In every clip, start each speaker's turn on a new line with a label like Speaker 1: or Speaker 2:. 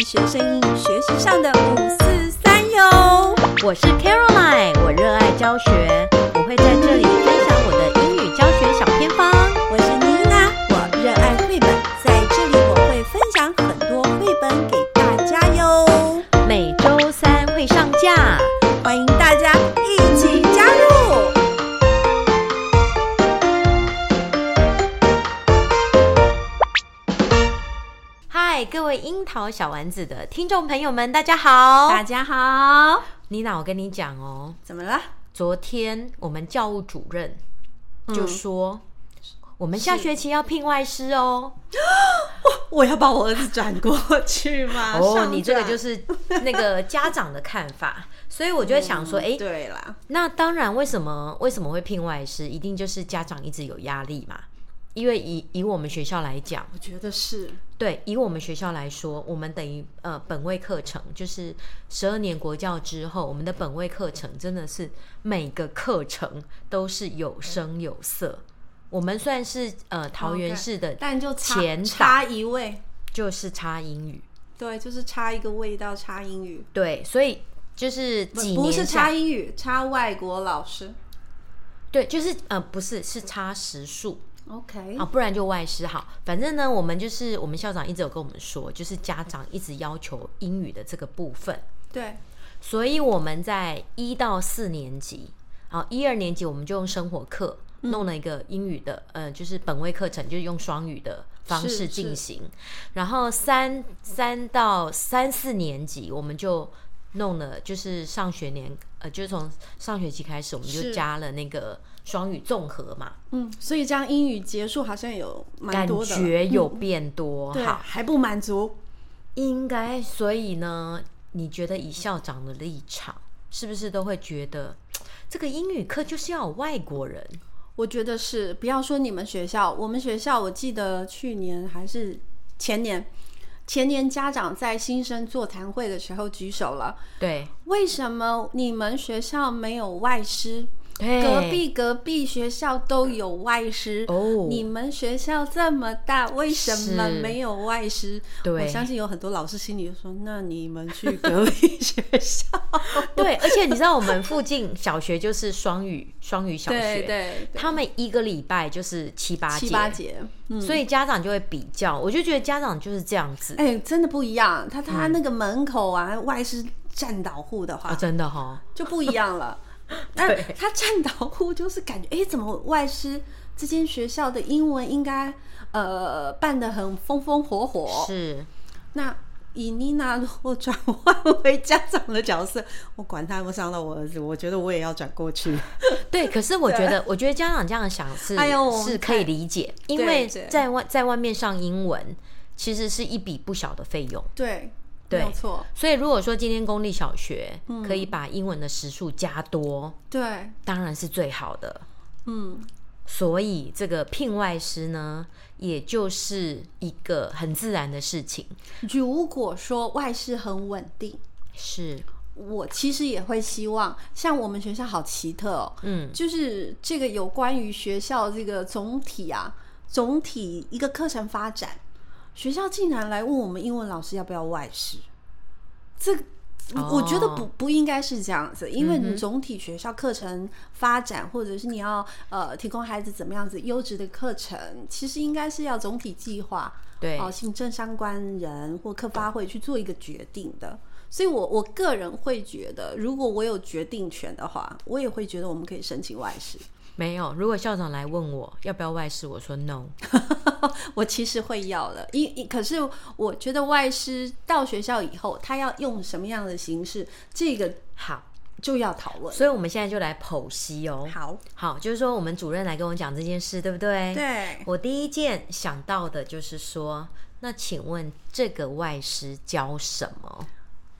Speaker 1: 医学生英语学习上的五四三哟。
Speaker 2: 我是 Caroline，我热爱教学，我会在这里分享我的英语教学小偏方。
Speaker 1: 我是妮娜，我热爱绘本，在这里我会分享很多绘本给大家哟，
Speaker 2: 每周三会上架。
Speaker 1: 欢迎大家一起加入。
Speaker 2: 嗨，各位樱桃小丸子的听众朋友们，大家好。
Speaker 1: 大家好，
Speaker 2: 妮娜，我跟你讲哦，
Speaker 1: 怎么了？
Speaker 2: 昨天我们教务主任
Speaker 1: 嗯
Speaker 2: 就说，我们下学期要聘外师哦。
Speaker 1: 我要把我儿子转过去吗
Speaker 2: 哦，你这个就是是那个家长的看法，所以我就会想 说，哎、
Speaker 1: 对啦，
Speaker 2: 那当然，为什么为什么会聘外师？一定就是家长一直有压力嘛。因为以以我们学校来讲，
Speaker 1: 我觉得是，
Speaker 2: 对，以我们学校来说，我们等于呃本位课程，就是十二年国教之后，我们的本位课程真的是每个课程都是有声有色。我们算是
Speaker 1: 哦
Speaker 2: 呃桃园市的，
Speaker 1: 但就差
Speaker 2: 前导
Speaker 1: 差一位，
Speaker 2: 就是差英语，
Speaker 1: 对，就是差一个味道，差英语。
Speaker 2: 对，所以就是
Speaker 1: 不
Speaker 2: 几
Speaker 1: 不
Speaker 2: 年
Speaker 1: 是
Speaker 2: 下
Speaker 1: 差英语，差外国老师。
Speaker 2: 对，就是呃不是是差时数，
Speaker 1: OK，
Speaker 2: 啊，不然就外师好。反正呢，我们就是我们校长一直有跟我们说，就是家长一直要求英语的这个部分，
Speaker 1: 对，
Speaker 2: 所以我们在一到四年级，啊，一二年级我们就用生活课
Speaker 1: 嗯
Speaker 2: 弄了一个英语的，呃，就是本位课程，就是用双语的方
Speaker 1: 是
Speaker 2: 式
Speaker 1: 是
Speaker 2: 进行。然后三三到三四年级，我们就弄了，就是上学年，呃，就是从上学期开始，我们就是加了那个双语综合嘛，
Speaker 1: 嗯，所以这样英语结束好像有蛮
Speaker 2: 感
Speaker 1: 多的了，嗯
Speaker 2: 觉有变多，
Speaker 1: 对，
Speaker 2: 好。
Speaker 1: 还不满足。
Speaker 2: 应该，所以呢，你觉得以校长的立场，是不是都会觉得这个英语课就是要有外国人？
Speaker 1: 我觉得是，不要说你们学校，我们学校我记得去年还是前年，前年家长在新生座谈会的时候举手了，
Speaker 2: 对，
Speaker 1: 为什么你们学校没有外师？
Speaker 2: 对
Speaker 1: 隔壁隔壁学校都有外师
Speaker 2: 哦
Speaker 1: 你们学校这么大，为什么
Speaker 2: 是
Speaker 1: 没有外师？
Speaker 2: 对
Speaker 1: 我相信有很多老师心里就说：“那你们去隔壁学校。
Speaker 2: 对，而且你知道我们附近小学就是双语双语小
Speaker 1: 对”
Speaker 2: 学，
Speaker 1: 对对，
Speaker 2: 他们一个礼拜就是七八节，
Speaker 1: 七八节，嗯，
Speaker 2: 所以家长就会比较，我就觉得家长就是这样子
Speaker 1: 哎、真的不一样。他他那个门口啊，外师站导户的话、
Speaker 2: 啊，真的哈、
Speaker 1: 就不一样 了。但
Speaker 2: 对
Speaker 1: 他站导户就是感觉，哎、怎么外师这间学校的英文应该呃办得很风风火火？
Speaker 2: 是
Speaker 1: 那以妮娜如果转换为家长的角色，我管他有没有伤到我儿子，我觉得我也要转过去。
Speaker 2: 对，可是我觉得，我觉得家长这样想是，
Speaker 1: 哎呦我们
Speaker 2: 是可以理解，因
Speaker 1: 对
Speaker 2: 为
Speaker 1: 对
Speaker 2: 在外在外面上英文，其实是一笔不小的费用。
Speaker 1: 对，
Speaker 2: 对
Speaker 1: 没有错，
Speaker 2: 所以如果说今天公立小学可以把英文的时数加多，
Speaker 1: 对，
Speaker 2: 当然是最好的。
Speaker 1: 嗯，
Speaker 2: 所以这个聘外师呢，也就是一个很自然的事情。
Speaker 1: 如果说外事很稳定。
Speaker 2: 是，
Speaker 1: 我其实也会希望，像我们学校好奇特哦，
Speaker 2: 嗯，
Speaker 1: 就是这个有关于学校这个总体啊，总体一个课程发展，学校竟然来问我们英文老师要不要外师，这
Speaker 2: 哦
Speaker 1: 我觉得不不应该是这样子，因为
Speaker 2: 嗯
Speaker 1: 你
Speaker 2: 哼
Speaker 1: 总体学校课程发展，或者是你要呃提供孩子怎么样子优质的课程，其实应该是要总体计划。
Speaker 2: 对，
Speaker 1: 哦，行政相关人或科发会去做一个决定的。所以我，我个人会觉得，如果我有决定权的话，我也会觉得我们可以申请外事。
Speaker 2: 没有。如果校长来问我要不要外师，我说 no。
Speaker 1: 我其实会要的，因因可是我觉得外师到学校以后，他要用什么样的形式，这个
Speaker 2: 好，
Speaker 1: 就要讨论。
Speaker 2: 所以我们现在就来剖析哦。
Speaker 1: 好，
Speaker 2: 好，就是说我们主任来跟我讲这件事，对不对？。
Speaker 1: 对，
Speaker 2: 我第一件想到的就是说，那请问这个外师教什么？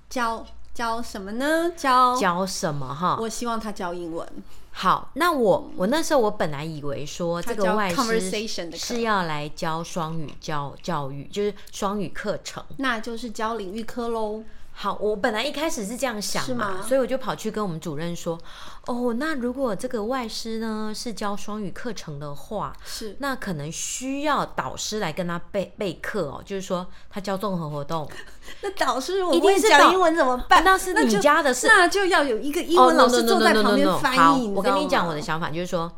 Speaker 1: 教教什么呢？教，
Speaker 2: 教什么哈？
Speaker 1: 我希望他教英文。
Speaker 2: 好，那我我那时候我本来以为说这个
Speaker 1: 教
Speaker 2: 外
Speaker 1: conversation 的
Speaker 2: 师
Speaker 1: 课
Speaker 2: 是要来教双语教教育，就是双语课程。
Speaker 1: 那就是教领域科喽。
Speaker 2: 好，我本来一开始是这样想
Speaker 1: 是
Speaker 2: 嘛，
Speaker 1: 吗
Speaker 2: 所以我就跑去跟我们主任说，哦，那如果这个外师呢是教双语课程的话，
Speaker 1: 是
Speaker 2: 那可能需要导师来跟他备备课哦，就是说他教综合 活动，
Speaker 1: 那导师我
Speaker 2: 一
Speaker 1: 不
Speaker 2: 定
Speaker 1: 会
Speaker 2: 是
Speaker 1: 讲
Speaker 2: 导
Speaker 1: 英文怎么办？
Speaker 2: 那是你
Speaker 1: 就
Speaker 2: 家的事
Speaker 1: 那啊就要有一个英
Speaker 2: 哦
Speaker 1: 文老师坐在旁边翻译。
Speaker 2: 好
Speaker 1: 你知道，
Speaker 2: 我跟你讲
Speaker 1: 吗
Speaker 2: 我的想法，就是说，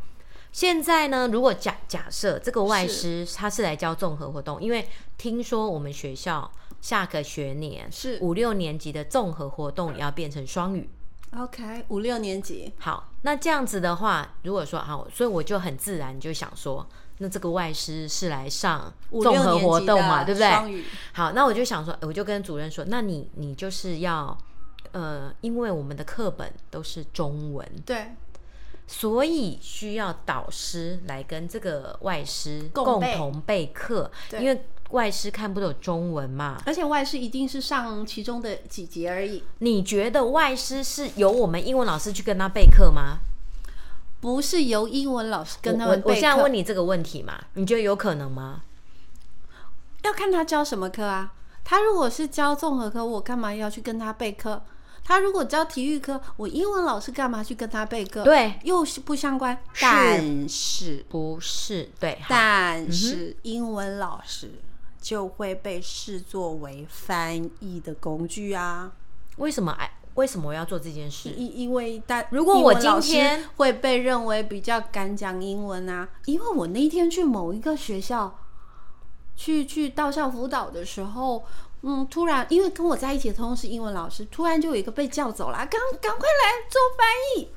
Speaker 2: 现在呢，如果假假设这个外师他是来教综合活动，因为听说我们学校下个学年
Speaker 1: 是
Speaker 2: 五六年级的综合活动也要变成双语。
Speaker 1: OK，五六年级
Speaker 2: 好，那这样子的话，如果说好，所以我就很自然就想说，那这个外师是来上
Speaker 1: 五
Speaker 2: 综
Speaker 1: 六
Speaker 2: 合
Speaker 1: 年
Speaker 2: 活
Speaker 1: 级
Speaker 2: 动
Speaker 1: 的
Speaker 2: 嘛，对不对？
Speaker 1: 双语
Speaker 2: 好，那我就想说，呃我就跟主任说，那你你就是要，呃，因为我们的课本都是中文，
Speaker 1: 对
Speaker 2: 所以需要导师来跟这个外师
Speaker 1: 共
Speaker 2: 共
Speaker 1: 备
Speaker 2: 同备课，
Speaker 1: 对
Speaker 2: 因为外师看不懂中文嘛。
Speaker 1: 而且外事一定是上其中的几节而已，
Speaker 2: 你觉得外师是由我们英文老师去跟他备课吗？
Speaker 1: 不是由英文老师跟他
Speaker 2: 我
Speaker 1: 们
Speaker 2: 我现在问
Speaker 1: 你，
Speaker 2: 你这个问题嘛，你觉得有可能吗？
Speaker 1: 要看他教什么课啊？他如果是教综合科，我干嘛要去跟他备课？他如果教体育科，我英文老师干嘛去跟他备课？，
Speaker 2: 对，
Speaker 1: 又是不相关。但是，
Speaker 2: 不是，对，好
Speaker 1: 但是英文老师就会被视作为翻译的工具啊。
Speaker 2: 为什么哎？为什么我要做这件事？
Speaker 1: 因因为大，
Speaker 2: 如果
Speaker 1: 英
Speaker 2: 我
Speaker 1: 文老
Speaker 2: 今天
Speaker 1: 师会被认为比较敢讲英文啊，因为我那天去某一个学校去去到校辅导的时候，嗯，突然因为跟我在一起的同时是英文老师，突然就有一个被叫走了，赶赶快来做翻译。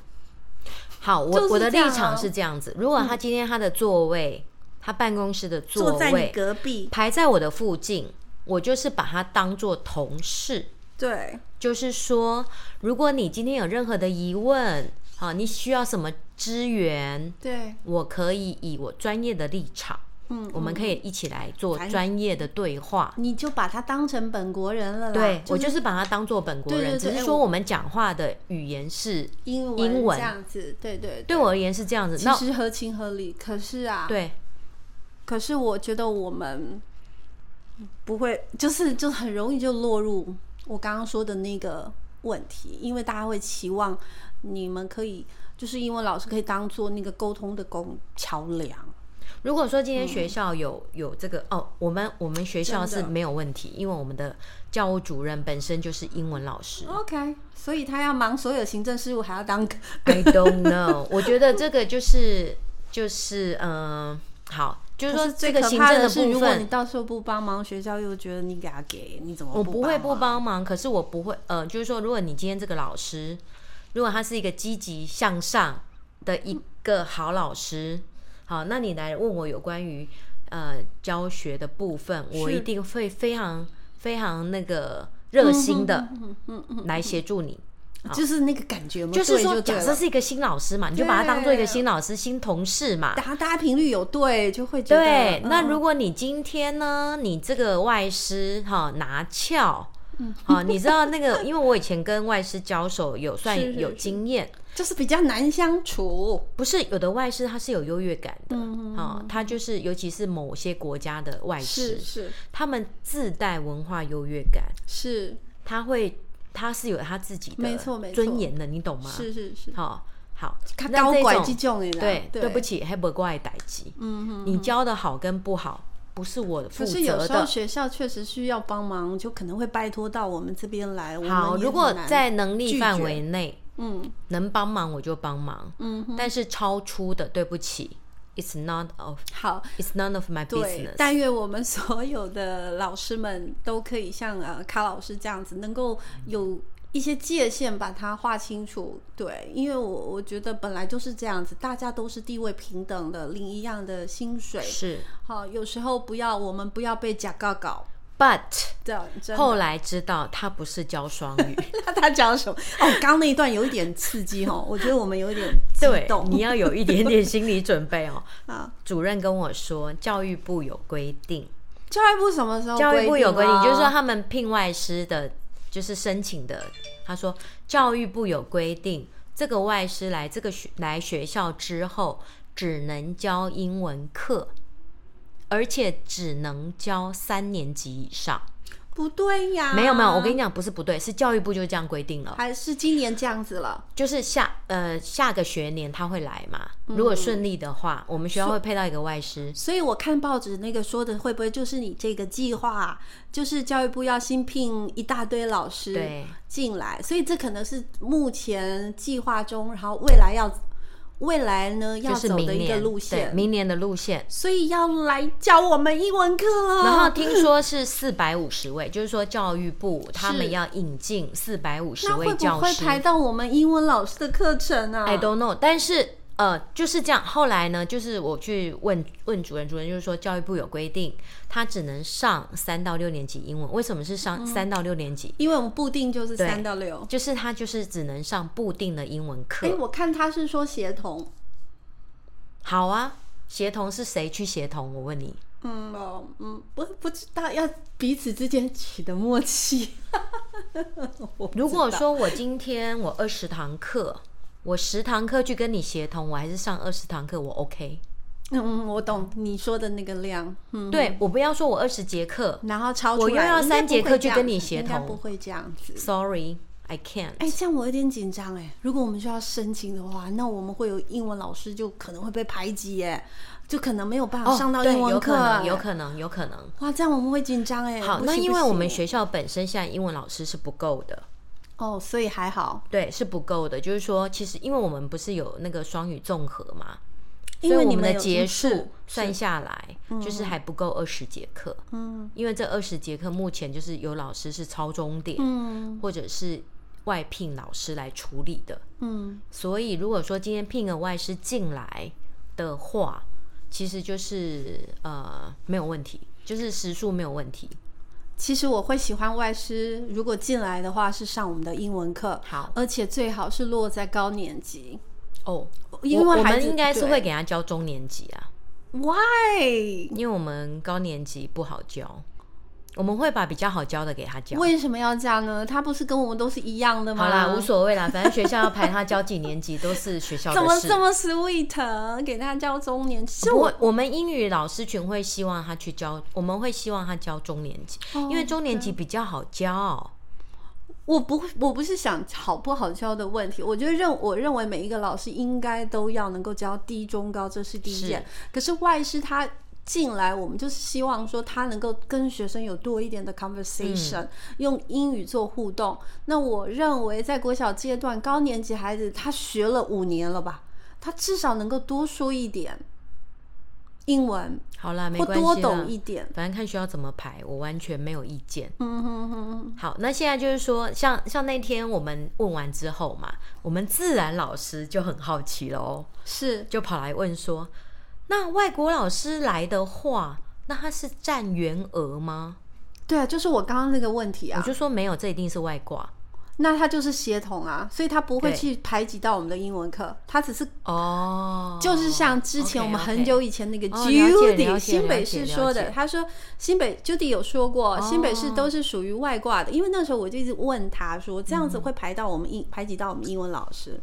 Speaker 2: 好，我、
Speaker 1: 就是
Speaker 2: 我的
Speaker 1: 这样
Speaker 2: 立场
Speaker 1: 啊
Speaker 2: 是这样子：如果他今天他的座位，他办公室的座位
Speaker 1: 坐在你隔壁，
Speaker 2: 排在我的附近，我就是把他当做同事。
Speaker 1: 对，
Speaker 2: 就是说，如果你今天有任何的疑问，好、你需要什么支援，
Speaker 1: 对，
Speaker 2: 我可以以我专业的立场，
Speaker 1: 嗯，
Speaker 2: 我们可以一起来做
Speaker 1: 反
Speaker 2: 专业的对话。
Speaker 1: 你就把他当成本国人了啦。
Speaker 2: 对，
Speaker 1: 就
Speaker 2: 我就是是把他当做本国人，
Speaker 1: 对对对
Speaker 2: 只是
Speaker 1: 哎
Speaker 2: 说
Speaker 1: 我
Speaker 2: 我们讲话的语言是，
Speaker 1: 英文
Speaker 2: 英文
Speaker 1: 这样子，对对
Speaker 2: 对我而言是这样子。
Speaker 1: 其
Speaker 2: 那
Speaker 1: 实合情合理。可是啊，
Speaker 2: 对，
Speaker 1: 可是我觉得我们不会，就是就很容易就落入我刚刚说的那个问题，因为大家会期望你们可以，就是英文老师可以当做那个沟通的工桥梁。
Speaker 2: 如果说今天学校有、有这个哦，我们我们学校
Speaker 1: 嗯真
Speaker 2: 是
Speaker 1: 的
Speaker 2: 没有问题，因为我们的教务主任本身就是英文老师。
Speaker 1: OK，所以他要忙所有行政事务，还要当
Speaker 2: I don't know，我觉得这个就是就是嗯、好，就是
Speaker 1: 可
Speaker 2: 说
Speaker 1: 是
Speaker 2: 这
Speaker 1: 最
Speaker 2: 个
Speaker 1: 可
Speaker 2: 行
Speaker 1: 怕
Speaker 2: 政
Speaker 1: 的是，
Speaker 2: 部
Speaker 1: 如果你
Speaker 2: 分。
Speaker 1: 到时候不帮忙，学校又觉得你给他给，你怎么
Speaker 2: 我不会不
Speaker 1: 帮忙？
Speaker 2: 帮忙，可是我不会，呃，就是说，如果你今天这个老师，如果他是一个积极向上的一个好老师，好，那你来问我有关于呃教学的部分，我
Speaker 1: 是
Speaker 2: 一定会非常非常那个热心的
Speaker 1: 嗯嗯嗯，
Speaker 2: 来协助你。
Speaker 1: 就是那个感觉嘛，
Speaker 2: 就是
Speaker 1: 对
Speaker 2: 说，
Speaker 1: 就对
Speaker 2: 假
Speaker 1: 了
Speaker 2: 设是一个新老师嘛，你就把他当做一个
Speaker 1: 对
Speaker 2: 新老师、新同事嘛。
Speaker 1: 答答频率有对，就会觉得
Speaker 2: 对，
Speaker 1: 嗯
Speaker 2: 那
Speaker 1: 嗯
Speaker 2: 如果你今天呢，你这个外师哈、拿翘，
Speaker 1: 嗯
Speaker 2: 啊，你知道那个， 因为我以前跟外师交手有算
Speaker 1: 是是
Speaker 2: 有
Speaker 1: 是
Speaker 2: 经验，
Speaker 1: 就是比较难相处。
Speaker 2: 不是有的外师他是有优越感的，
Speaker 1: 嗯
Speaker 2: 啊，他就是尤其是某些国家的外师，
Speaker 1: 是
Speaker 2: 他们自带文化优越感，
Speaker 1: 是
Speaker 2: 他会他是有他自己的
Speaker 1: 没错没错
Speaker 2: 尊严的，你懂吗？
Speaker 1: 是是是，
Speaker 2: 好、好，
Speaker 1: 他
Speaker 2: 那
Speaker 1: 高
Speaker 2: 这
Speaker 1: 拐
Speaker 2: 种
Speaker 1: 这种的啦，
Speaker 2: 对，
Speaker 1: 对
Speaker 2: 对不，起，黑不怪代级，
Speaker 1: 嗯嗯。
Speaker 2: 你教的好跟不好不是我
Speaker 1: 可
Speaker 2: 负责的。
Speaker 1: 是有时候学校确实需要帮忙，就可能会拜托到我们这边来。我
Speaker 2: 好，
Speaker 1: 们也
Speaker 2: 如果
Speaker 1: 很难
Speaker 2: 在能力
Speaker 1: 拒
Speaker 2: 范
Speaker 1: 绝
Speaker 2: 围内
Speaker 1: 嗯
Speaker 2: 能帮忙我就帮忙，
Speaker 1: 嗯哼
Speaker 2: 但是超出的，对不起，it's not of
Speaker 1: 好，
Speaker 2: it's none of my
Speaker 1: 对，
Speaker 2: business。
Speaker 1: 但愿我们所有的老师们都可以像呃卡老师这样子，能够有一些界限把它划清楚。对，因为我我觉得本来就是这样子，大家都是地位平等的，领一样的薪水。
Speaker 2: 是
Speaker 1: 好，有时候不要我们不要被假告搞。
Speaker 2: ，but
Speaker 1: 这样真的
Speaker 2: 后来知道他不是教双 语，
Speaker 1: 那 他讲什么？哦，刚刚那一段有一点刺激哦，我觉得我们有一点 激
Speaker 2: 对，
Speaker 1: 动。
Speaker 2: 你要有一点点心理准 备哦。
Speaker 1: 啊，
Speaker 2: 主任跟我说，教育部有规定，
Speaker 1: 教育部什么时候、啊
Speaker 2: 教育部有规定，就是说
Speaker 1: 说，
Speaker 2: 他们聘外师的，就是申请的，他说教育部有规定，这个外师来这个学来学校之后，只能教英文课，而且只能教三年级以上。
Speaker 1: 不对呀，
Speaker 2: 没有没有，我跟你讲，不是不对，是教育部就这样规定了，
Speaker 1: 还是今年这样子了，
Speaker 2: 就是下呃下个学年他会来嘛，
Speaker 1: 嗯
Speaker 2: 如果顺利的话，我们学校会配到一个外师，
Speaker 1: 所以我看报纸那个说的会不会就是你这个计划，就是教育部要新聘一大堆老师
Speaker 2: 对，
Speaker 1: 进来，所以这可能是目前计划中，然后未来要未来呢要
Speaker 2: 就是
Speaker 1: 走
Speaker 2: 明
Speaker 1: 的一个
Speaker 2: 年
Speaker 1: 路
Speaker 2: 对
Speaker 1: 线，
Speaker 2: 明年的路线。
Speaker 1: 所以要来教我们英文课啊了。
Speaker 2: 然后听说是四百五十位，就是说教育部他
Speaker 1: 是
Speaker 2: 们要引进四百五十
Speaker 1: 那
Speaker 2: 位
Speaker 1: 会不
Speaker 2: 教
Speaker 1: 会
Speaker 2: 师。
Speaker 1: 排到我们英文老师的课程啊？
Speaker 2: I don't know，但是呃就是这样。后来呢，就是我去问问主任，主任就是说教育部有规定，他只能上三到六年级英文。为什么是
Speaker 1: 哦
Speaker 2: 上三到六年级？
Speaker 1: 因为我们固定就是三到六。
Speaker 2: 就是他就是只能上固定的英文课。
Speaker 1: 哎，我看他是说协同，
Speaker 2: 好啊，协同是谁去协同？我问你，
Speaker 1: 嗯哦，嗯，不不知道要彼此之间取得默契。我不
Speaker 2: 如果
Speaker 1: 知道
Speaker 2: 说我今天我二十堂课。我十堂课去跟你协同，我还是上二十堂课，我 OK。
Speaker 1: 嗯，嗯我懂你说的那个量，嗯，
Speaker 2: 对我不要说我二十节课
Speaker 1: 然后超出
Speaker 2: 我
Speaker 1: 来
Speaker 2: 又要
Speaker 1: 应该
Speaker 2: 三节
Speaker 1: 不会
Speaker 2: 课去
Speaker 1: 这样
Speaker 2: 跟你
Speaker 1: 子
Speaker 2: 协
Speaker 1: 应该
Speaker 2: 同
Speaker 1: 不会这样子。
Speaker 2: ，sorry I can't。
Speaker 1: 哎，这样我有点紧张哎。如果我们需要申请的话，那我们会有英文老师就可能会被排挤耶，就可能没有办法
Speaker 2: 哦
Speaker 1: 上到
Speaker 2: 对
Speaker 1: 英文课哎，
Speaker 2: 有可能，有可能，有可能。
Speaker 1: 哇，这样我们会紧张哎。
Speaker 2: 好，
Speaker 1: 不
Speaker 2: 那
Speaker 1: 行
Speaker 2: 因
Speaker 1: 不
Speaker 2: 为我们
Speaker 1: 行
Speaker 2: 学校本身现在英文老师是不够的，
Speaker 1: 哦，所以还好，
Speaker 2: 对，是不够的。就是说，其实因为我们不是有那个双语综合嘛，
Speaker 1: 因
Speaker 2: 所以
Speaker 1: 为
Speaker 2: 我
Speaker 1: 你
Speaker 2: 们的
Speaker 1: 有
Speaker 2: 结
Speaker 1: 嗯是
Speaker 2: 束算下来，就是还不够二十节课。
Speaker 1: 嗯
Speaker 2: 因为这二十节课目前就是有老师是超重点，
Speaker 1: 嗯
Speaker 2: 或者是外聘老师来处理的。
Speaker 1: 嗯，
Speaker 2: 所以如果说今天聘个外师进来的话，其实就是呃没有问题，就是时数没有问题。
Speaker 1: 其实我会喜欢外师，如果进来的话是上我们的英文课，
Speaker 2: 好
Speaker 1: 而且最好是落在高年级，
Speaker 2: 哦，
Speaker 1: 因
Speaker 2: 我
Speaker 1: 为
Speaker 2: 我
Speaker 1: 孩
Speaker 2: 们
Speaker 1: 子
Speaker 2: 应该是
Speaker 1: 对
Speaker 2: 会给他教中年级啊，
Speaker 1: why
Speaker 2: 因为我们高年级不好教，我们会把比较好教的给他教。
Speaker 1: 为什么要这样呢？他不是跟我们都是一样的吗？
Speaker 2: 好啦，无所谓啦，反正学校要排他教几年级都是学校
Speaker 1: 怎么
Speaker 2: 的
Speaker 1: 这
Speaker 2: 事。
Speaker 1: 么 sweet，给他教中年级，
Speaker 2: 不过我们英语老师群会希望他去教，我们会希望他教中年级，
Speaker 1: 哦
Speaker 2: 因为中年级
Speaker 1: 啊
Speaker 2: 比较好教。
Speaker 1: 我不会，我不是想好不好教的问题，我觉得认我认为每一个老师应该都要能够教低中高，这是第一件。可是外师他进来，我们就是希望说他能够跟学生有多一点的 conversation，、用
Speaker 2: 嗯
Speaker 1: 英语做互动。那我认为在国小阶段，高年级孩子他学了五年了吧，他至少能够多说一点英文，
Speaker 2: 好啦，没
Speaker 1: 或
Speaker 2: 关系
Speaker 1: 多
Speaker 2: 啦
Speaker 1: 懂一点。
Speaker 2: 反正看学校怎么排，我完全没有意见。
Speaker 1: 嗯哼哼哼。
Speaker 2: 好，那现在就是说，像像那天我们问完之后嘛，我们自然老师就很好奇了哦，
Speaker 1: 是
Speaker 2: 就跑来问说，那外国老师来的话，那他是占员额吗？
Speaker 1: 对啊，就是我刚刚那个问题啊
Speaker 2: 我，就说没有，这一定是外挂
Speaker 1: 那他就是协同啊，所以他不会
Speaker 2: 对
Speaker 1: 去排挤到我们的英文课，他只是
Speaker 2: 哦，
Speaker 1: 就是像之前
Speaker 2: OK，OK
Speaker 1: 我们很久以前那个
Speaker 2: 哦了解了解
Speaker 1: Judy
Speaker 2: 了解
Speaker 1: 新北市说
Speaker 2: 了
Speaker 1: 的，
Speaker 2: 解
Speaker 1: 他说新北 Judy 有说过，
Speaker 2: 哦
Speaker 1: 新北市都是属于外挂的，因为那时候我就一直问他说，这
Speaker 2: 嗯
Speaker 1: 样子会排到我们英排挤到我们英文老师。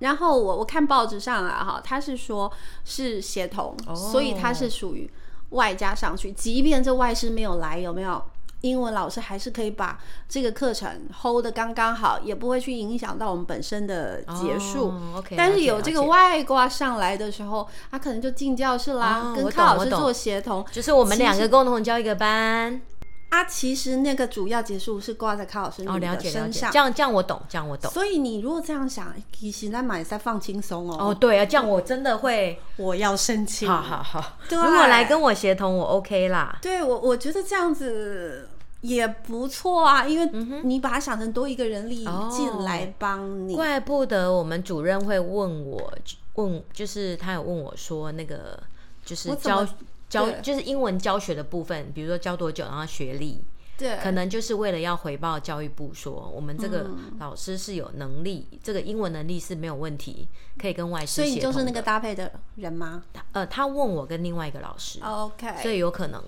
Speaker 1: 然后我我看报纸上啊哈，他是说是协同，
Speaker 2: 哦
Speaker 1: 所以他是属于外加上去，即便这外师没有来，有没有？英文老师还是可以把这个课程 hold 的刚刚好，也不会去影响到我们本身的结束。
Speaker 2: 哦，OK，
Speaker 1: 但
Speaker 2: 了
Speaker 1: 是
Speaker 2: 解
Speaker 1: 有
Speaker 2: 了
Speaker 1: 这个
Speaker 2: 解
Speaker 1: 外挂上来的时候，他可能就进教室啦，
Speaker 2: 哦
Speaker 1: 跟
Speaker 2: 我
Speaker 1: 柯
Speaker 2: 懂
Speaker 1: 老
Speaker 2: 我
Speaker 1: 师
Speaker 2: 懂
Speaker 1: 做协同。
Speaker 2: 就是我们
Speaker 1: 其
Speaker 2: 两
Speaker 1: 实
Speaker 2: 个共同教一个班，
Speaker 1: 啊，其实那个主要结束是挂在柯老师
Speaker 2: 哦，
Speaker 1: 你
Speaker 2: 了
Speaker 1: 的
Speaker 2: 解了
Speaker 1: 身
Speaker 2: 解，
Speaker 1: 上
Speaker 2: 这。样这样我懂，这样我懂。
Speaker 1: 所以你如果这样想，其实那买在放轻松哦。
Speaker 2: 哦，对啊，这样我真的会，
Speaker 1: 我要申请。
Speaker 2: 好好好。
Speaker 1: 对
Speaker 2: 如果来跟我协同，我 OK 啦。
Speaker 1: 对我，我觉得这样子也不错啊，因为你把它想成多一个人力
Speaker 2: 嗯哦
Speaker 1: 进来帮你。
Speaker 2: 怪不得我们主任会问我，问就是他有问我说那个就是
Speaker 1: 我怎
Speaker 2: 教
Speaker 1: 么
Speaker 2: 教
Speaker 1: 对
Speaker 2: 就是英文教学的部分，比如说教多久，然后学历，
Speaker 1: 对，
Speaker 2: 可能就是为了要回报教育部说我们这个
Speaker 1: 嗯
Speaker 2: 老师是有能力，这个英文能力是没有问题，可以跟外师
Speaker 1: 所以你
Speaker 2: 协
Speaker 1: 就是
Speaker 2: 同
Speaker 1: 那个
Speaker 2: 的
Speaker 1: 搭配的人吗哦
Speaker 2: 呃，他问我跟另外一个老师，
Speaker 1: ？OK。
Speaker 2: 所以有可能。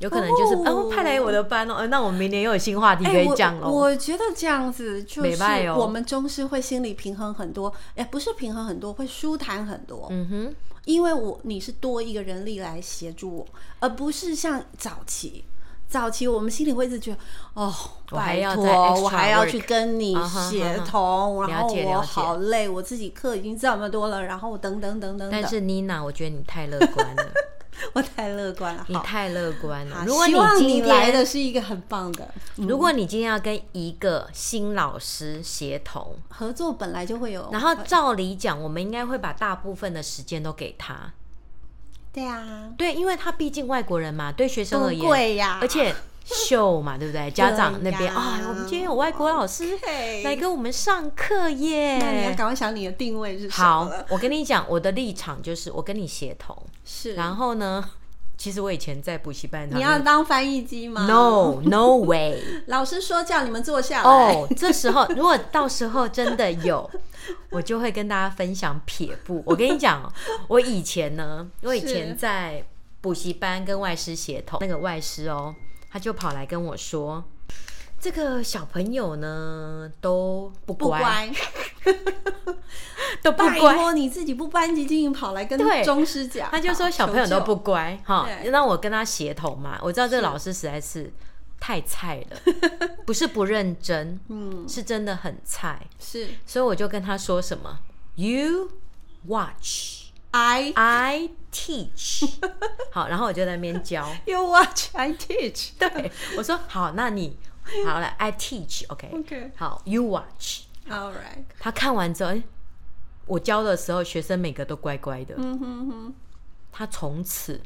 Speaker 2: 有可能就是
Speaker 1: 哦
Speaker 2: 哦，派来我的班哦，呃那我们明年又有新话题可
Speaker 1: 哎，
Speaker 2: 以
Speaker 1: 我
Speaker 2: 讲喽。
Speaker 1: 我觉得这样子就
Speaker 2: 美
Speaker 1: 是
Speaker 2: 拜哦
Speaker 1: 我们中师会心里平衡很多，哎、不是平衡很多，会舒坦很多。
Speaker 2: 嗯哼，
Speaker 1: 因为我你是多一个人力来协助我，而不是像早期。早期我们心里会一直觉得，哦，
Speaker 2: 我还
Speaker 1: 拜
Speaker 2: 要再
Speaker 1: 托，
Speaker 2: extra
Speaker 1: 我还要
Speaker 2: work
Speaker 1: 去跟你
Speaker 2: 啊哈
Speaker 1: 协
Speaker 2: 啊哈
Speaker 1: 同然
Speaker 2: 了
Speaker 1: 后
Speaker 2: 解
Speaker 1: 我
Speaker 2: 了解
Speaker 1: 好累，我自己课已经这么多了，然后我等等等等等，
Speaker 2: 但是妮娜，我觉得你太乐观了，
Speaker 1: 我太乐观了，
Speaker 2: 你
Speaker 1: 好，
Speaker 2: 太乐观
Speaker 1: 好
Speaker 2: 了。如果
Speaker 1: 希望
Speaker 2: 今
Speaker 1: 你来
Speaker 2: 天
Speaker 1: 的是一个很棒的嗯
Speaker 2: 如果你今天要跟一个新老师协同，
Speaker 1: 合作，本来就会有，
Speaker 2: 然后照理讲，我们应该会把大部分的时间都给他，
Speaker 1: 对啊，
Speaker 2: 对，因为他毕竟外国人嘛，对学生
Speaker 1: 多
Speaker 2: 而言，
Speaker 1: 贵啊呀，
Speaker 2: 而且秀嘛，对 不对？家长那边啊、我们今天有外国老师
Speaker 1: 嘿
Speaker 2: 来跟我们上课
Speaker 1: 那你要
Speaker 2: 耶。
Speaker 1: 赶快想你的定位是什么
Speaker 2: 好
Speaker 1: 了，
Speaker 2: 我跟你讲，我的立场就是我跟你协同，
Speaker 1: 是，
Speaker 2: 然后呢，其实我以前在补习班上
Speaker 1: 你
Speaker 2: 面，
Speaker 1: 要当翻译机吗
Speaker 2: no no way。
Speaker 1: 老师说叫你们坐下来，
Speaker 2: 哦，这时候如果到时候真的有， 我就会跟大家分享撇步。我跟你讲哦，我以前呢，我以
Speaker 1: 是
Speaker 2: 前在补习班跟外师协同，那个外师哦，他就跑来跟我说，这个小朋友呢都不
Speaker 1: 不
Speaker 2: 乖，
Speaker 1: 乖，
Speaker 2: 都不
Speaker 1: 拜
Speaker 2: 乖。
Speaker 1: 托你自己不班级经营，跑来跟
Speaker 2: 对
Speaker 1: 宗师讲，
Speaker 2: 他就说
Speaker 1: 好
Speaker 2: 小朋友
Speaker 1: 求
Speaker 2: 都，不
Speaker 1: 救
Speaker 2: 乖哈
Speaker 1: 对，
Speaker 2: 让我跟他协同嘛。我知道这个老师实在是太菜 了，不是不认真，
Speaker 1: 嗯，
Speaker 2: 是真的很菜。
Speaker 1: 是
Speaker 2: 所以我就跟他说什么，You watch,
Speaker 1: I
Speaker 2: I teach 。 好，然后我就在那边教，
Speaker 1: you watch I teach，
Speaker 2: 对我说好，那你好了，I teach，OK，、
Speaker 1: OK
Speaker 2: 好，You watch。
Speaker 1: all right，
Speaker 2: 他看完之后，诶我教的时候，学生每个都乖乖的，
Speaker 1: 嗯哼哼，
Speaker 2: 他从此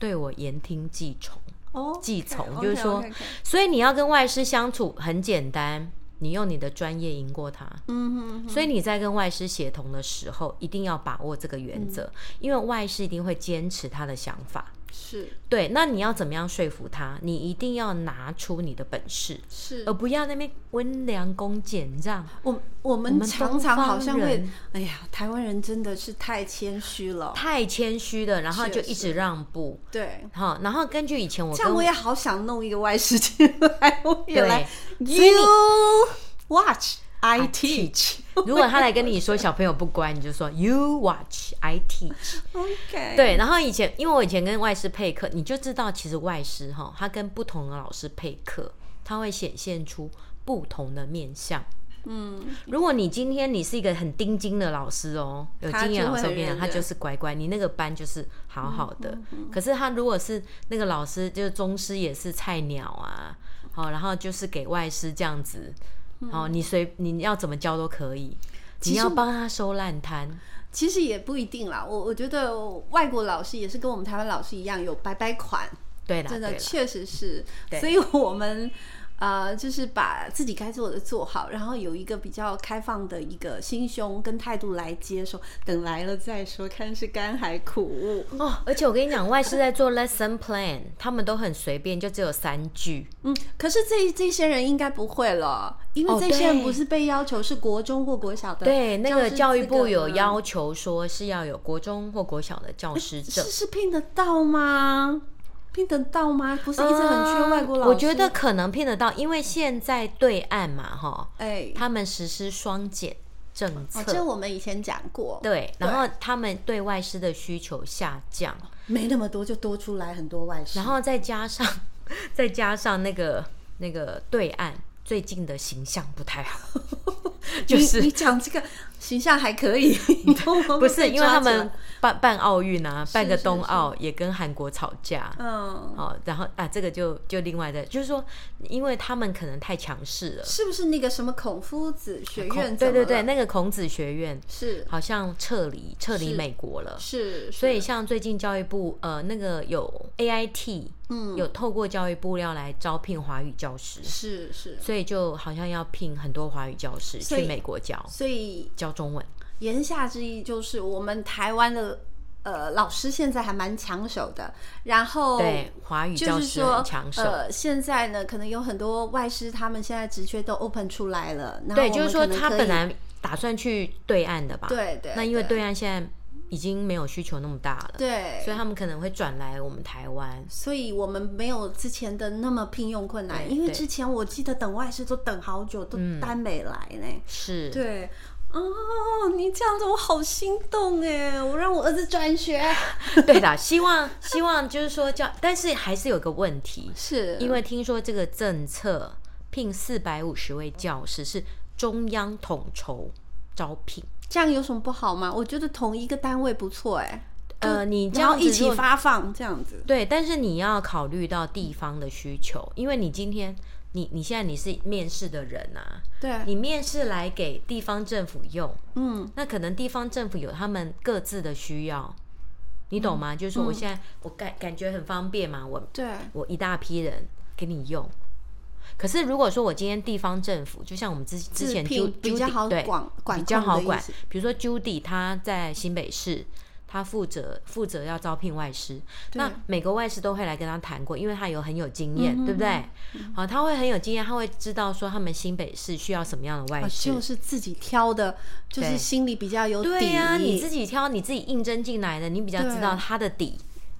Speaker 2: 对我言听计从。
Speaker 1: 哦，
Speaker 2: 计从
Speaker 1: OK，
Speaker 2: 就是说
Speaker 1: OK，OK，OK
Speaker 2: 所以你要跟外师相处很简单，你用你的专业赢过他。
Speaker 1: 嗯哼哼，
Speaker 2: 所以你在跟外师协同的时候，一定要把握这个原则，
Speaker 1: 嗯
Speaker 2: 因为外师一定会坚持他的想法。
Speaker 1: 是
Speaker 2: 对，那你要怎么样说服他？你一定要拿出你的本事，
Speaker 1: 是
Speaker 2: 而，不要那边温良恭俭让。
Speaker 1: 我我
Speaker 2: 呃我
Speaker 1: 们
Speaker 2: 们
Speaker 1: 常
Speaker 2: 东
Speaker 1: 常
Speaker 2: 方
Speaker 1: 好像会
Speaker 2: 人，
Speaker 1: 哎呀，台湾人真的是太谦虚了，
Speaker 2: 太谦虚了，然后
Speaker 1: 是
Speaker 2: 就一直让步。
Speaker 1: 对。
Speaker 2: 好，然后根据以前我
Speaker 1: 这
Speaker 2: 跟
Speaker 1: 样我也好想弄一个外事进来， 我也
Speaker 2: 对
Speaker 1: 来。
Speaker 2: 所以
Speaker 1: You
Speaker 2: 你
Speaker 1: watch, I
Speaker 2: I
Speaker 1: teach.
Speaker 2: 如果他来跟你说小朋友不乖，你就说 You watch, I teach。
Speaker 1: OK，
Speaker 2: 对，然后以前因为我以前跟外师配课，你就知道其实外师哈，他跟不同的老师配课，他会显现出不同的面相。
Speaker 1: 嗯，
Speaker 2: 如果你今天你是一个很盯紧的老师哦，有
Speaker 1: 他
Speaker 2: 经验
Speaker 1: 就
Speaker 2: 老师，
Speaker 1: 会嗯
Speaker 2: 我跟你讲，
Speaker 1: 认
Speaker 2: 他
Speaker 1: 真
Speaker 2: 就是乖乖，你那个班就是好好的。可是他如果是那个老师，就是宗师也是菜鸟啊，好、然后就是给外师这样子，哦，你随你要怎么教都可以，
Speaker 1: 嗯
Speaker 2: 你
Speaker 1: 实
Speaker 2: 要
Speaker 1: 我
Speaker 2: 帮他收烂摊，
Speaker 1: 其实也不一定啦。我我觉得外国老师也是跟我们台湾老师一样有白白款，
Speaker 2: 对啦，
Speaker 1: 真的
Speaker 2: 对啦
Speaker 1: 确实是。
Speaker 2: 对
Speaker 1: 所以我们呃，就是把自己该做的做好，然后有一个比较开放的一个心胸跟态度来接受，等来了再说，看是甘还苦。
Speaker 2: 哦，而且我跟你讲，外师在做 lesson plan，他们都很随便，就只有三句。
Speaker 1: 嗯，可是这这些人应该不会了，因
Speaker 2: 哦
Speaker 1: 为这些人
Speaker 2: 对
Speaker 1: 不是被要求是国中或国小的，
Speaker 2: 对，那个嗯
Speaker 1: 教师
Speaker 2: 教育
Speaker 1: 资
Speaker 2: 部
Speaker 1: 格
Speaker 2: 有
Speaker 1: 吗
Speaker 2: 要求说是要有国中或国小的教师
Speaker 1: 是
Speaker 2: 证。
Speaker 1: 是聘得到吗？聘得到吗？不是一直很缺外国老师？
Speaker 2: 啊我觉得，可能骗得到，因为现在对岸嘛，哈，
Speaker 1: 哎、
Speaker 2: 他们实施双减政
Speaker 1: 哦，
Speaker 2: 策，
Speaker 1: 这我们以前讲过，，
Speaker 2: 对，然后他们对外师的需求下降，
Speaker 1: 没那么多就多出来很多外事，
Speaker 2: 然后再加上 再加上那个那个对岸最近的形象不太 好，就
Speaker 1: 你
Speaker 2: 是
Speaker 1: 你讲这个形象还可 以，
Speaker 2: 不
Speaker 1: 不
Speaker 2: 是因为他们办办奥运啊，办个
Speaker 1: 是
Speaker 2: 冬
Speaker 1: 是
Speaker 2: 奥也跟韩国吵架，
Speaker 1: 嗯，
Speaker 2: 哦，然后啊，这个就就另外的，就是说，因为他们可能太强势了，
Speaker 1: 是不是那个什么孔夫子学
Speaker 2: 孔
Speaker 1: 院？
Speaker 2: 对对对，，那个孔子学院
Speaker 1: 是
Speaker 2: 好像撤离撤离
Speaker 1: 是
Speaker 2: 美国了，
Speaker 1: 是，
Speaker 2: 所以像最近教育部呃那个有 AIT
Speaker 1: 嗯
Speaker 2: 有透过教育部要来招聘华语教师，
Speaker 1: 是是，
Speaker 2: 所以就好像要聘很多华语教师
Speaker 1: 所以
Speaker 2: 去美国教
Speaker 1: 所以
Speaker 2: 教中文，
Speaker 1: 言下之意就是，我们台湾的呃老师现在还蛮抢手的，然后
Speaker 2: 对华语
Speaker 1: 哦就
Speaker 2: 教
Speaker 1: 是
Speaker 2: 师
Speaker 1: 说
Speaker 2: 很抢，手。
Speaker 1: 呃，现在呢，可能有很多外师，他们现在职缺都 open 出来了。然后
Speaker 2: 对，
Speaker 1: 我
Speaker 2: 就
Speaker 1: 们
Speaker 2: 是说
Speaker 1: 可能
Speaker 2: 他
Speaker 1: 可以
Speaker 2: 本来打算去对岸的吧？
Speaker 1: 对对
Speaker 2: 那因为
Speaker 1: 对
Speaker 2: 对岸现在已经没有需求那么大了，
Speaker 1: 对，
Speaker 2: 所以他们可能会转来我们台湾。
Speaker 1: 所以我们没有之前的那么聘用困难，
Speaker 2: 对嗯
Speaker 1: 因为
Speaker 2: 对
Speaker 1: 之前我记得等外师都等好久，都耽美来呢。
Speaker 2: 是，
Speaker 1: 对，哦，你这样子我好心动哎！我让我儿子转学，
Speaker 2: 对啦，希望希望就是说叫，但是还是有个问题，
Speaker 1: 是
Speaker 2: 因为听说这个政策聘四百五十位教师是中央统筹招聘。
Speaker 1: 这样有什么不好吗？我觉得同一个单位不错哎，
Speaker 2: 呃，你这
Speaker 1: 然后
Speaker 2: 样
Speaker 1: 一
Speaker 2: 子如
Speaker 1: 起
Speaker 2: 果
Speaker 1: 发放这样子。
Speaker 2: 对，但是你要考虑到地方的需求，因为你今天你你现在你是面试的人啊，
Speaker 1: 对，
Speaker 2: 你面试来给地方政府用，
Speaker 1: 嗯，
Speaker 2: 那可能地方政府有他们各自的需要，你懂
Speaker 1: 嗯
Speaker 2: 吗？就是说我现在我感感觉很方便嘛，我
Speaker 1: 对，
Speaker 2: 我一大批人给你用。可是如果说我今天地方政府，就像我们之之前
Speaker 1: 聘
Speaker 2: Ju-
Speaker 1: 比较
Speaker 2: Judy-
Speaker 1: 好
Speaker 2: 对
Speaker 1: 管管
Speaker 2: 比较
Speaker 1: 控的
Speaker 2: 好
Speaker 1: 意
Speaker 2: 管
Speaker 1: 思。啊
Speaker 2: 比如说 Judy 她在新北市，她负责负责要招聘外师，
Speaker 1: 啊
Speaker 2: 那每个外师都会来跟她谈过，因为她有很有经
Speaker 1: 嗯
Speaker 2: 验，对不对？好、她会很有经验，她会知道说他们新北市需要什么样的外
Speaker 1: 啊
Speaker 2: 师。
Speaker 1: 就是自己挑的，就是
Speaker 2: 对
Speaker 1: 心里比较有底。
Speaker 2: 对呀、你自己挑，你自己应征进来的，你比较知道
Speaker 1: 对
Speaker 2: 他的底，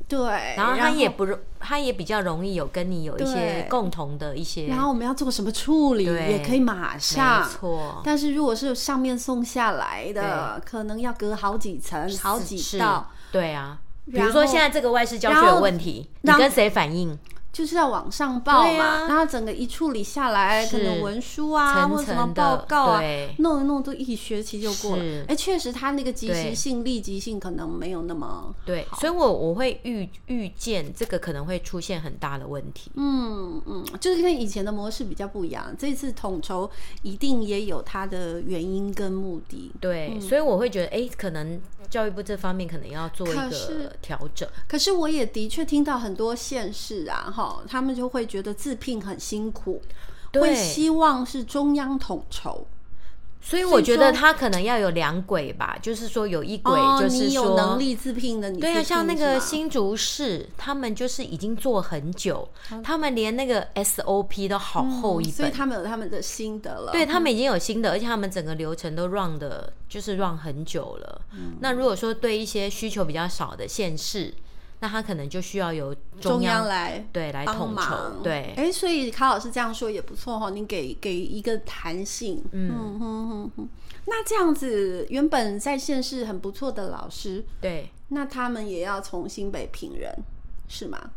Speaker 1: 对，然
Speaker 2: 然后他也不容，他也比较容易有跟你有一些
Speaker 1: 对
Speaker 2: 共同的一些，
Speaker 1: 然后我们要做什么处理，
Speaker 2: 对
Speaker 1: 也可以马
Speaker 2: 没
Speaker 1: 上。
Speaker 2: 错，
Speaker 1: 但是如果是上面送下来的，可能要隔好几层、好几
Speaker 2: 是
Speaker 1: 道，，
Speaker 2: 对啊。比
Speaker 1: 然
Speaker 2: 如
Speaker 1: 后
Speaker 2: 说现在这个外事教学
Speaker 1: 然后
Speaker 2: 有问题，你
Speaker 1: 然后
Speaker 2: 跟谁反映？
Speaker 1: 就是要往上报
Speaker 2: 对
Speaker 1: 嘛。
Speaker 2: 啊
Speaker 1: 然后整个一处理下来，可
Speaker 2: 是
Speaker 1: 能文书啊
Speaker 2: 层
Speaker 1: 或者什么
Speaker 2: 层的
Speaker 1: 报告啊
Speaker 2: 对，
Speaker 1: 弄一弄都一学期就过了
Speaker 2: 是。
Speaker 1: 哎，确实他那个及时
Speaker 2: 对
Speaker 1: 性、立即性可能没有那么
Speaker 2: 对，所以我我会预预见这个可能会出现很大的问题。
Speaker 1: 嗯嗯，就是跟以前的模式比较不一样。这次统筹一定也有它的原因跟目的。
Speaker 2: 对，所以我会觉得，哎，可能教育部这方面可能要做一
Speaker 1: 可是
Speaker 2: 个调整。
Speaker 1: 可是我也的确听到很多县市啊，哈，他们就会觉得自聘很辛苦，会
Speaker 2: 对，
Speaker 1: 希望是中央统筹。
Speaker 2: 所以
Speaker 1: 所
Speaker 2: 我
Speaker 1: 以
Speaker 2: 觉得
Speaker 1: 说
Speaker 2: 他可能要有两轨吧，就是说有一轨
Speaker 1: 哦，
Speaker 2: 就是
Speaker 1: 你
Speaker 2: 说、
Speaker 1: 有能力自聘的，你
Speaker 2: 对
Speaker 1: 自
Speaker 2: 啊，像那
Speaker 1: 聘是
Speaker 2: 个
Speaker 1: 吗
Speaker 2: 新竹市，他们就是已经做很久，他们连那个 SOP 都好厚一
Speaker 1: 嗯所以
Speaker 2: 本，
Speaker 1: 他们有他们的心得了。
Speaker 2: 对他们已经有新的，而且他们整个流程都 run 的，就是 run 很久了。那如果说对一些需求比较少的县市，那他可能就需要由
Speaker 1: 中
Speaker 2: 中央
Speaker 1: 央来
Speaker 2: 对来
Speaker 1: 帮
Speaker 2: 统
Speaker 1: 忙
Speaker 2: 筹，对，
Speaker 1: 哎、所以卡老师这样说也不错哈、哦，你给给一个弹性，嗯哼哼哼。那这样子，原本在县市很不错的老师，
Speaker 2: 对，
Speaker 1: 那他们也要从新北评人，是吗？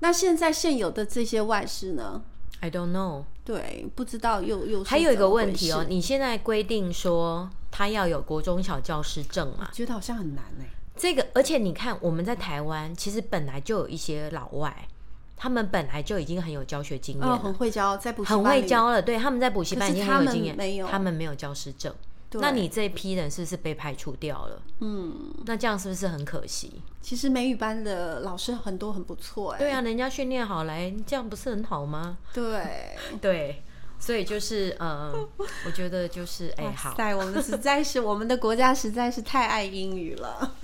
Speaker 1: 那现在现有的这些外师呢？
Speaker 2: I don't know。
Speaker 1: 对，不知道又又是
Speaker 2: 还有一
Speaker 1: 怎
Speaker 2: 个
Speaker 1: 么回
Speaker 2: 问题哦
Speaker 1: 事，，
Speaker 2: 你现在规定说他要有国中小教师证嘛？
Speaker 1: 觉得好像很难哎、
Speaker 2: 这个，而且你看，我们在台湾其实本来就有一些老外，他们本来就已经很有教学经验
Speaker 1: 哦，
Speaker 2: 了，
Speaker 1: 很会教，在补习班
Speaker 2: 很
Speaker 1: 里
Speaker 2: 会教了。对，他们在补习
Speaker 1: 可
Speaker 2: 班已
Speaker 1: 是
Speaker 2: 经
Speaker 1: 他
Speaker 2: 很有
Speaker 1: 们
Speaker 2: 经验，
Speaker 1: 没有
Speaker 2: 他们没有教师证。
Speaker 1: 对
Speaker 2: 那你这批人是不是被排除掉了？嗯，那这样是不是很可惜？
Speaker 1: 其实美语班的老师很多很不错哎、
Speaker 2: 对啊，人家训练好来，这样不是很好吗？
Speaker 1: 对，
Speaker 2: 对，所以就是呃，我觉得就是哎、好，
Speaker 1: 塞，我们实在是我们的国家实在是太爱英语了。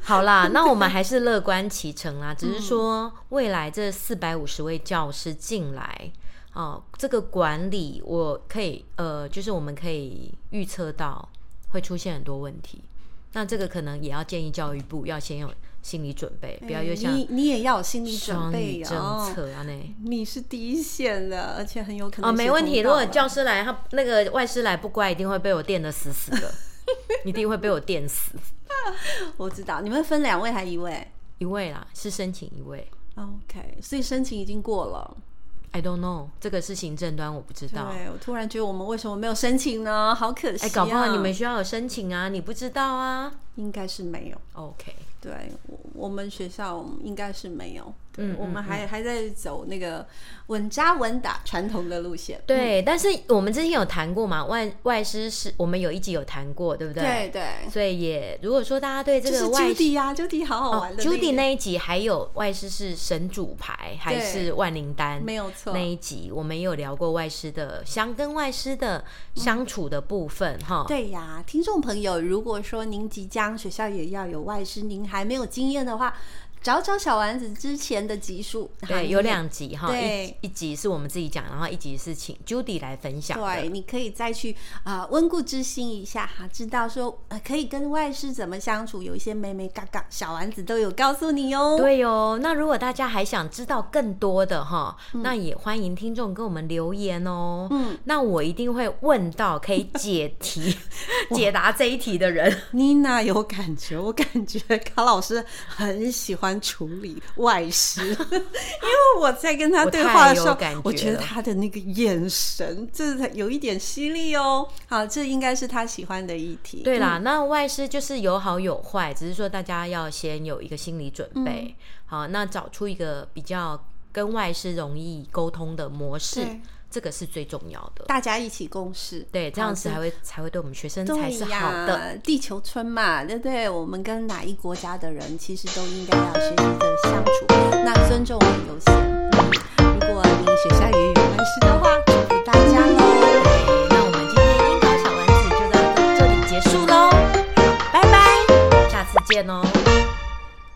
Speaker 2: 好啦，那我们还是乐观其成啦。只是说未来这四百五十位教师进来，哦、这个管理我可以呃，就是我们可以预测到会出现很多问题。那这个可能也要建议教育部要先有心理准备，不要又像
Speaker 1: 你你也要有心理准
Speaker 2: 双
Speaker 1: 备
Speaker 2: 语政
Speaker 1: 哦。
Speaker 2: 策啊那。
Speaker 1: 你是第一线的，而且很有可能
Speaker 2: 哦，没问题。
Speaker 1: 协同
Speaker 2: 如
Speaker 1: 到了
Speaker 2: 果教师来，他那个外师来不乖，一定会被我电的死死的，一定会被我电死。
Speaker 1: 我知道，你们分两位还一位
Speaker 2: 一位啦，是申请一位。
Speaker 1: ？OK，所以申请已经过了。
Speaker 2: I don't know，这个是行政端，我不知道。
Speaker 1: 对，我突然觉得我们为什么没有申请呢？好可惜、啊。
Speaker 2: 哎，搞不好你们学校有申请啊，你不知道啊。
Speaker 1: 应该是没有。
Speaker 2: OK，
Speaker 1: 对，我我们学校应该是没有。对，
Speaker 2: 嗯
Speaker 1: 我们
Speaker 2: 嗯
Speaker 1: 还还在走那个稳扎稳打传统的路线。
Speaker 2: 对，但是我们之前有谈过嘛，外外师是我们有一集有谈过，对不对？
Speaker 1: 对对，
Speaker 2: 所以也如果说大家对这
Speaker 1: 就是
Speaker 2: 个外师
Speaker 1: Judy 啊，Judy 好好玩的、
Speaker 2: Judy 那一集，还有外师是神主牌还是万灵丹，
Speaker 1: 没有错
Speaker 2: 那，一集，我们也有聊过外师的相跟外师的相处的部分哈。
Speaker 1: 嗯对呀，听众朋友，如果说您即将学校也要有外师，您还没有经验的话，找找小丸子之前的集数，
Speaker 2: 对，有两集哈，一
Speaker 1: 对
Speaker 2: 一集是我们自己讲，然后一集是请 Judy 来分享的。
Speaker 1: 对，你可以再去啊温故知新一下哈，知道说呃可以跟外师怎么相处，有一些妹妹嘎嘎小丸子都有告诉你哦。
Speaker 2: 对哦，那如果大家还想知道更多的哈，
Speaker 1: 嗯
Speaker 2: 那也欢迎 听众给我们留言哦。嗯，那我一定会问到可以解题， 解答这一题的人。
Speaker 1: 妮娜有感觉，我感觉卡老师很喜欢处理外事， 因为我在跟他对话的时
Speaker 2: 我
Speaker 1: 候
Speaker 2: 太有感觉，
Speaker 1: 我觉得
Speaker 2: 了
Speaker 1: 他的那个眼神，这才有一点犀利哦。好，这应该是他喜欢的议题。
Speaker 2: 对啦，那外师就是有好有坏，只是说大家要先有一个心理准
Speaker 1: 嗯
Speaker 2: 备。好，那找出一个比较跟外师容易沟通的模式
Speaker 1: 对，
Speaker 2: 这个是最重要的。
Speaker 1: 大家一起共事，
Speaker 2: 对，这样子
Speaker 1: 好
Speaker 2: 才会才会对我们学生才
Speaker 1: 对
Speaker 2: 是
Speaker 1: 呀，
Speaker 2: 好的。
Speaker 1: 地球村嘛，对不对？我们跟哪一国家的人，其实都嗯应该要学习的相处，那尊重我们优先。如果你写下语
Speaker 2: 哦